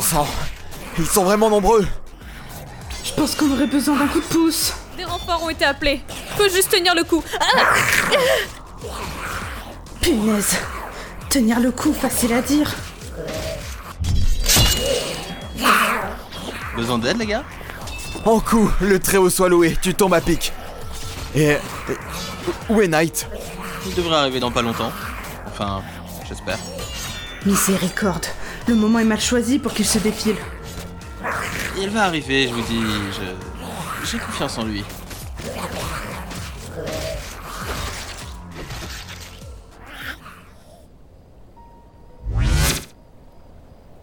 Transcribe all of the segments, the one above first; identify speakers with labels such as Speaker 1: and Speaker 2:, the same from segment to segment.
Speaker 1: sang Ils sont vraiment nombreux
Speaker 2: Je pense qu'on aurait besoin d'un coup de pouce.
Speaker 3: Des renforts ont été appelés. Faut juste tenir le coup. Ah
Speaker 2: Punaise. Tenir le coup, facile à dire.
Speaker 4: Besoin d'aide, les gars
Speaker 1: En coup, le haut soit loué, tu tombes à pic Et... et- Où est Knight
Speaker 4: Il devrait arriver dans pas longtemps. Enfin, j'espère.
Speaker 2: Miséricorde. Le moment est mal choisi pour qu'il se défile.
Speaker 4: Il va arriver, je vous dis. Je... J'ai confiance en lui.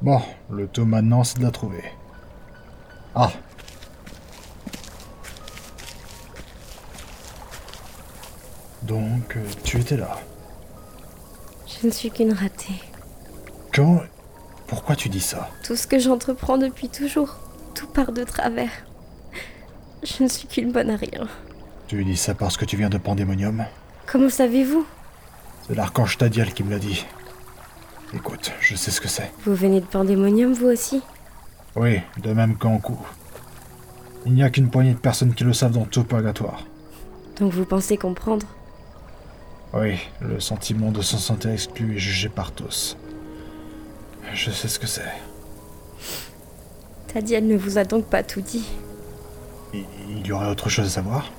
Speaker 5: Bon, le taux maintenant, c'est de la trouver. Ah, donc euh, tu étais là.
Speaker 6: Je ne suis qu'une ratée.
Speaker 5: Quand Pourquoi tu dis ça
Speaker 6: Tout ce que j'entreprends depuis toujours, tout part de travers. Je ne suis qu'une bonne à rien.
Speaker 5: Tu dis ça parce que tu viens de Pandémonium
Speaker 6: Comment savez-vous
Speaker 5: C'est l'archange Tadiel qui me l'a dit. Écoute, je sais ce que c'est.
Speaker 6: Vous venez de Pandémonium, vous aussi
Speaker 5: Oui, de même qu'Ankou. Il n'y a qu'une poignée de personnes qui le savent dans tout purgatoire.
Speaker 6: Donc vous pensez comprendre
Speaker 5: Oui, le sentiment de se sentir exclu est jugé par tous. Je sais ce que c'est.
Speaker 6: Tadiel ne vous a donc pas tout dit.
Speaker 5: Il il y aurait autre chose à savoir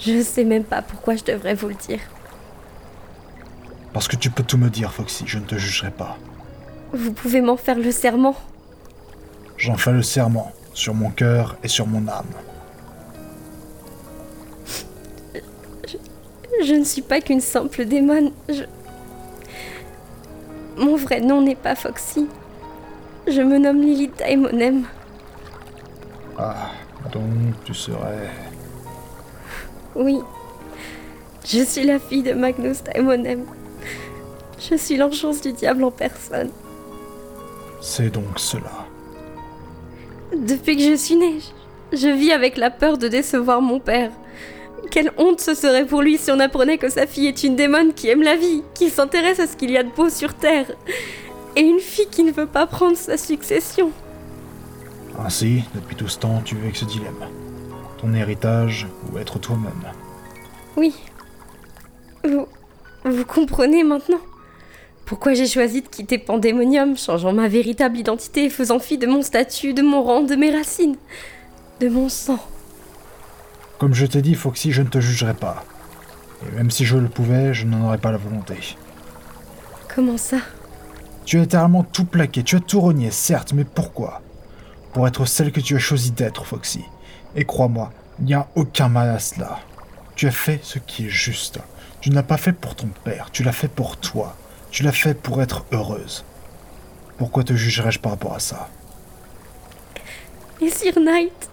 Speaker 6: Je ne sais même pas pourquoi je devrais vous le dire.
Speaker 5: Parce que tu peux tout me dire, Foxy, je ne te jugerai pas.
Speaker 6: Vous pouvez m'en faire le serment
Speaker 5: J'en fais le serment, sur mon cœur et sur mon âme.
Speaker 6: Je ne suis pas qu'une simple démon. Je... Mon vrai nom n'est pas Foxy. Je me nomme Lilith Daimonem.
Speaker 5: Ah, donc tu serais...
Speaker 6: Oui. Je suis la fille de Magnus Daimonem. Je suis l'enchance du diable en personne.
Speaker 5: C'est donc cela.
Speaker 6: Depuis que je suis née, je- je vis avec la peur de décevoir mon père. Quelle honte ce serait pour lui si on apprenait que sa fille est une démon qui aime la vie, qui s'intéresse à ce qu'il y a de beau sur Terre, et une fille qui ne veut pas prendre sa succession.
Speaker 5: Ainsi, depuis tout ce temps, tu vis avec ce dilemme. Ton héritage ou être toi-même.
Speaker 6: Oui. Vous, vous comprenez maintenant Pourquoi j'ai choisi de quitter Pandémonium, changeant ma véritable identité et faisant fi de mon statut, de mon rang, de mes racines, de mon sang.
Speaker 5: Comme je t'ai dit, Foxy, je ne te jugerai pas. Et même si je le pouvais, je n'en aurais pas la volonté.
Speaker 6: Comment ça
Speaker 5: Tu as littéralement tout plaqué, tu as tout renié, certes, mais pourquoi Pour être celle que tu as choisi d'être, Foxy. Et crois-moi, il n'y a aucun mal à cela. Tu as fait ce qui est juste. Tu n'as pas fait pour ton père, tu l'as fait pour toi. Tu l'as fait pour être heureuse. Pourquoi te jugerais-je par rapport à ça
Speaker 6: Et Sir Knight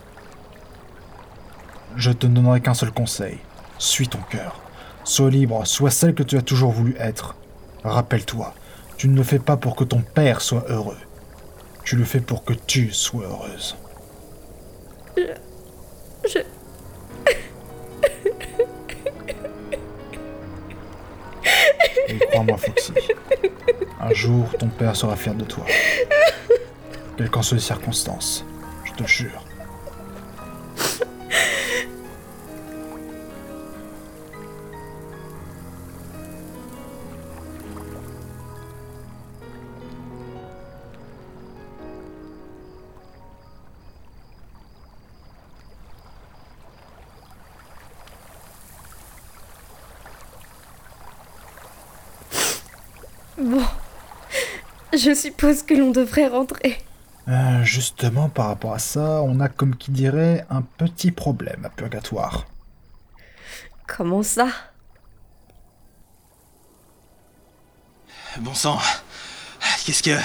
Speaker 5: Je te donnerai qu'un seul conseil. Suis ton cœur. Sois libre, sois celle que tu as toujours voulu être. Rappelle-toi, tu ne le fais pas pour que ton père soit heureux. Tu le fais pour que tu sois heureuse.
Speaker 6: Je.
Speaker 5: Et crois-moi, Foxy, un jour ton père sera fier de toi. Quelles qu'en soient les circonstances, je te le jure.
Speaker 6: Bon. Je suppose que l'on devrait rentrer.
Speaker 5: Euh, justement, par rapport à ça, on a comme qui dirait un petit problème à Purgatoire.
Speaker 6: Comment ça
Speaker 4: Bon sang. Qu'est-ce que.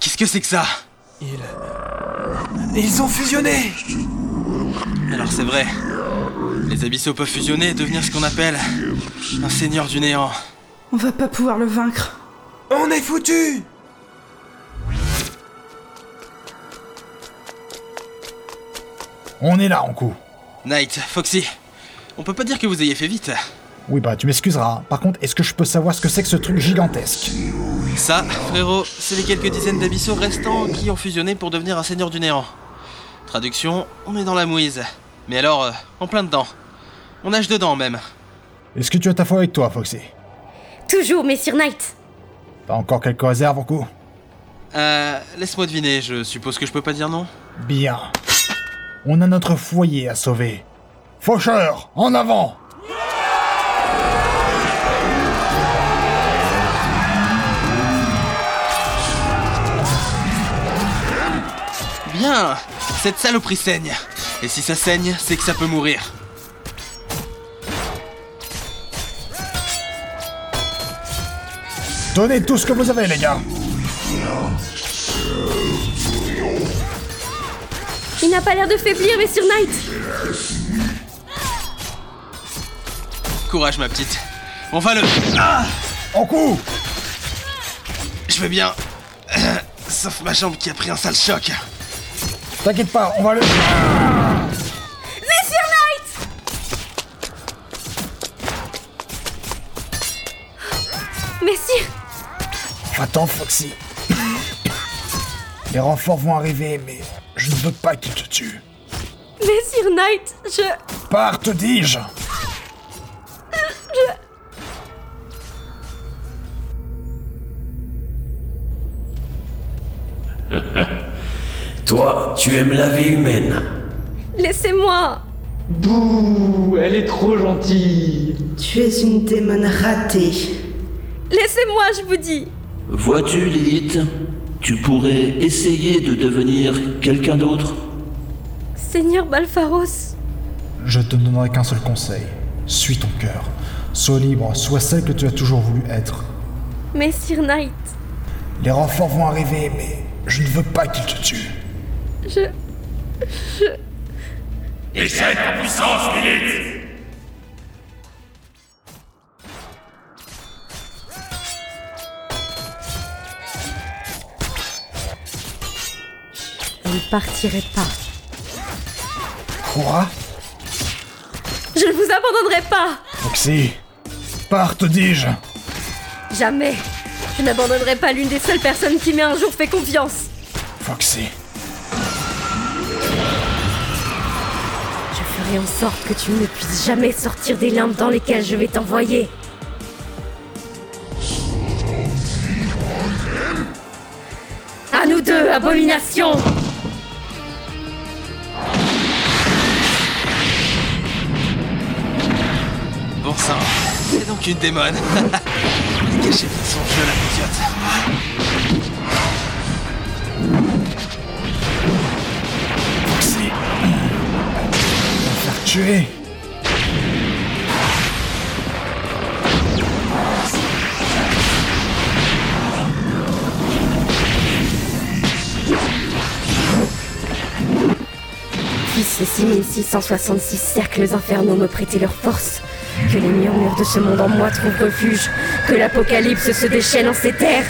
Speaker 4: Qu'est-ce que c'est que ça Ils. Ils ont fusionné Alors c'est vrai. Les abyssaux peuvent fusionner et devenir ce qu'on appelle. un seigneur du néant.
Speaker 2: On va pas pouvoir le vaincre.
Speaker 1: On est foutus
Speaker 5: On est là, en coup.
Speaker 4: Knight, Foxy, on peut pas dire que vous ayez fait vite.
Speaker 5: Oui, bah, tu m'excuseras. hein. Par contre, est-ce que je peux savoir ce que c'est que ce truc gigantesque
Speaker 4: Ça, frérot, c'est les quelques dizaines d'abyssaux restants qui ont fusionné pour devenir un seigneur du néant. Traduction, on est dans la mouise. Mais alors, euh, en plein dedans. On nage dedans même.
Speaker 5: Est-ce que tu as ta foi avec toi, Foxy
Speaker 6: Toujours, Messire Knight
Speaker 5: T'as encore quelques réserves en coup
Speaker 4: Euh, laisse-moi deviner, je suppose que je peux pas dire non
Speaker 5: Bien. On a notre foyer à sauver. Faucheur, en avant
Speaker 4: Bien Cette saloperie saigne. Et si ça saigne, c'est que ça peut mourir.
Speaker 5: Donnez tout ce que vous avez, les gars
Speaker 6: Il n'a pas l'air de faiblir, Messire Knight
Speaker 4: Courage, ma petite. Enfin le... Ah
Speaker 5: En coup
Speaker 4: Je vais bien. Euh, Sauf ma jambe qui a pris un sale choc.
Speaker 5: T'inquiète pas, on va le...
Speaker 6: Messire Knight Messire
Speaker 5: Attends, Foxy. Les renforts vont arriver, mais je ne veux pas qu'ils te tuent.
Speaker 6: Messire Knight, je...
Speaker 5: Pars, te dis-je
Speaker 7: Toi, tu aimes la vie humaine.
Speaker 6: Laissez-moi
Speaker 8: Bouh, elle est trop gentille.
Speaker 2: Tu es une démon ratée.
Speaker 6: Laissez-moi, je vous dis
Speaker 7: Vois-tu, Lilith Tu pourrais essayer de devenir quelqu'un d'autre
Speaker 6: Seigneur Balfaros,
Speaker 5: Je te donnerai qu'un seul conseil. Suis ton cœur. Sois libre, sois celle que tu as toujours voulu être.
Speaker 6: Messire Knight,
Speaker 5: Les renforts vont arriver, mais je ne veux pas qu'ils te tuent.
Speaker 6: je... Je... Essaye ta puissance, Lilith On ne partirait pas.
Speaker 5: Aura
Speaker 6: Je ne vous abandonnerai pas
Speaker 5: Foxy Pars, te dis-je
Speaker 6: Jamais Je n'abandonnerai pas l'une des seules personnes qui m'ait un jour fait confiance
Speaker 5: Foxy,
Speaker 6: Je ferai en sorte que tu ne puisses jamais sortir des limbes dans lesquelles je vais t'envoyer. À nous deux, abomination
Speaker 4: Bon sang, c'est donc une démon. Cachez bien son jeu, la
Speaker 5: Foxy On va te faire tuer
Speaker 6: Puissent ces 6666 cercles infernaux me prêter leur force. Que les murmures de ce monde en moi trouvent refuge. Que l'apocalypse se déchaîne en ces terres.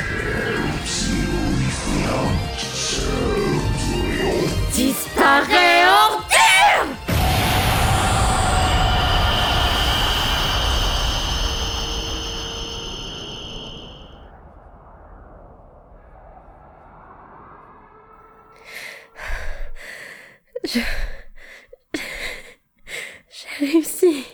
Speaker 6: Disparaît hors terre Réussi.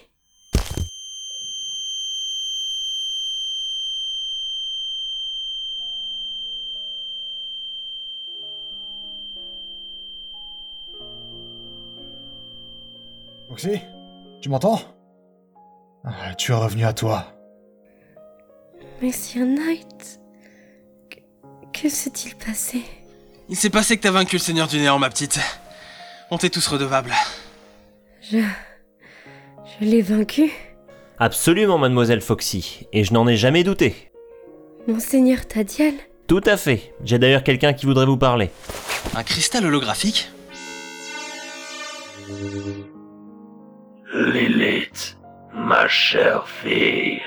Speaker 5: Foxy Tu m'entends Ah, Tu es revenu à toi.
Speaker 6: Messire Knight, que, que s'est-il passé
Speaker 4: Il s'est passé que t'as vaincu le seigneur du néant, ma petite. On t'est tous redevables.
Speaker 6: Je l'ai vaincu
Speaker 9: Absolument, mademoiselle Foxy, et je n'en ai jamais douté.
Speaker 6: Monseigneur Tadiel
Speaker 9: Tout à fait. J'ai d'ailleurs quelqu'un qui voudrait vous parler.
Speaker 4: Un cristal holographique
Speaker 7: Lilith, ma chère fille,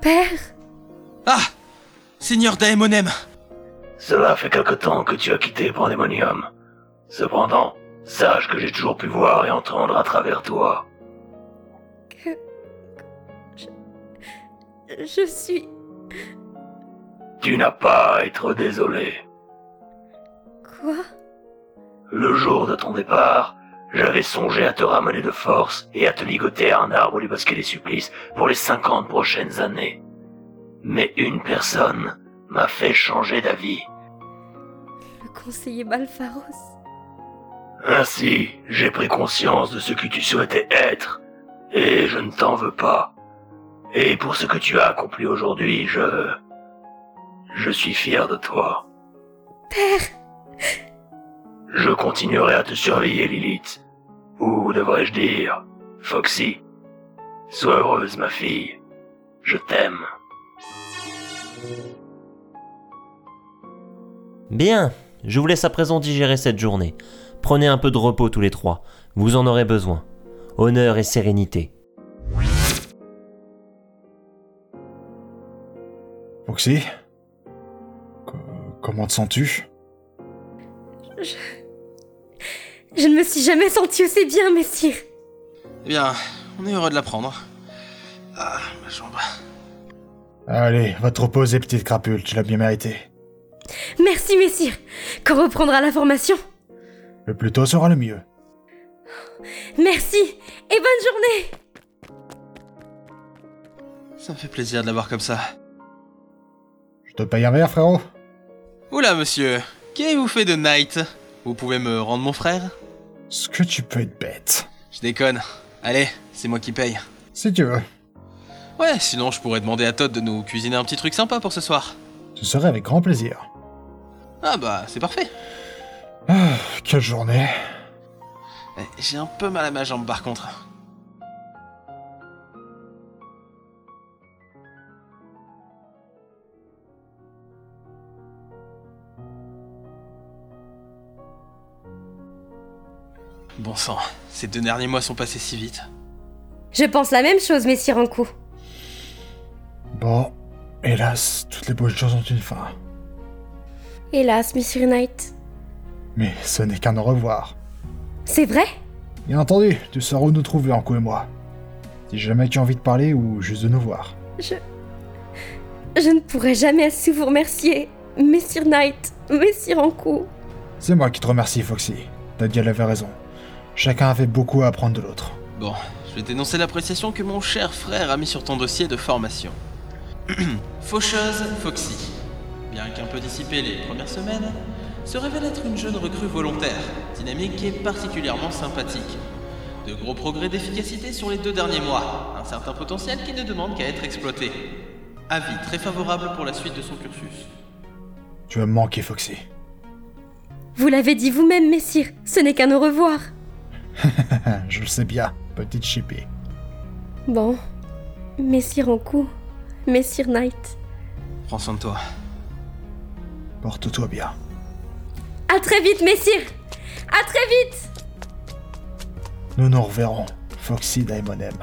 Speaker 6: Père
Speaker 4: Ah Seigneur Daemonem
Speaker 7: cela fait quelque temps que tu as quitté Pandemonium. Cependant, sache que j'ai toujours pu voir et entendre à travers toi.
Speaker 6: Je suis.
Speaker 7: Tu n'as pas à être désolé.
Speaker 6: Quoi
Speaker 7: Le jour de ton départ, j'avais songé à te ramener de force et à te ligoter à un arbre du basket des supplices pour les 50 prochaines années. Mais une personne m'a fait changer d'avis.
Speaker 6: Le conseiller Balfaros
Speaker 7: Ainsi, j'ai pris conscience de ce que tu souhaitais être, et je ne t'en veux pas. Et pour ce que tu as accompli aujourd'hui, je... Je suis fier de toi. Père Je continuerai à te surveiller, Lilith. Ou devrais-je dire, Foxy. Sois heureuse, ma fille. Je t'aime.
Speaker 9: Bien, je vous laisse à présent digérer cette journée. Prenez un peu de repos tous les trois, vous en aurez besoin. Honneur et sérénité.
Speaker 5: Foxy Co- Comment te sens-tu
Speaker 6: Je ne me suis jamais sentie aussi bien, messire
Speaker 4: Eh bien, on est heureux de l'apprendre. Ah, ma jambe.
Speaker 5: Allez, va te reposer, petite crapule, tu l'as bien mérité.
Speaker 6: Merci, messire Quand reprendra la formation
Speaker 5: Le plus tôt sera le mieux.
Speaker 6: Merci Et bonne journée
Speaker 4: Ça me fait plaisir de l'avoir comme ça.
Speaker 5: Je te paye un verre, frérot
Speaker 4: Oula, monsieur, qu'avez-vous fait de Knight Vous pouvez me rendre mon frère
Speaker 5: Ce que tu peux être bête.
Speaker 4: Je déconne. Allez, c'est moi qui paye.
Speaker 5: Si tu veux.
Speaker 4: Ouais, sinon je pourrais demander à Todd de nous cuisiner un petit truc sympa pour ce soir.
Speaker 5: Ce serait avec grand plaisir.
Speaker 4: Ah bah, c'est parfait.
Speaker 5: Ah, quelle journée.
Speaker 4: Eh, J'ai un peu mal à ma jambe par contre. Bon sang, ces deux derniers mois sont passés si vite.
Speaker 6: Je pense la même chose, messire Ankou.
Speaker 5: Bon, hélas, toutes les bonnes choses ont une fin.
Speaker 6: Hélas, messire Knight.
Speaker 5: Mais ce n'est qu'un au revoir.
Speaker 6: C'est vrai
Speaker 5: Bien entendu, tu sauras où nous trouver, Anko et moi. Si jamais tu as envie de parler ou juste de nous voir.
Speaker 6: Je. Je ne pourrai jamais assez vous remercier, messire Knight, messire Ankou.
Speaker 5: C'est moi qui te remercie, Foxy. Nadia avait raison. Chacun avait beaucoup à apprendre de l'autre.
Speaker 4: Bon, je vais dénoncer l'appréciation que mon cher frère a mis sur ton dossier de formation. Faucheuse Foxy, bien qu'un peu dissipée les premières semaines, se révèle être une jeune recrue volontaire, dynamique et particulièrement sympathique. De gros progrès d'efficacité sur les deux derniers mois, un certain potentiel qui ne demande qu'à être exploité. Avis très favorable pour la suite de son cursus.
Speaker 5: Tu vas me manquer, Foxy.
Speaker 6: Vous l'avez dit vous-même, messire, ce n'est qu'un au revoir.
Speaker 5: Hein, Je le sais bien, petite chippée.
Speaker 6: Bon. Messire Ankou, messire Knight.
Speaker 4: Prends soin de toi.
Speaker 5: Porte-toi bien.
Speaker 6: À très vite, messire À très vite
Speaker 5: Nous nous reverrons, Foxy Daimonem.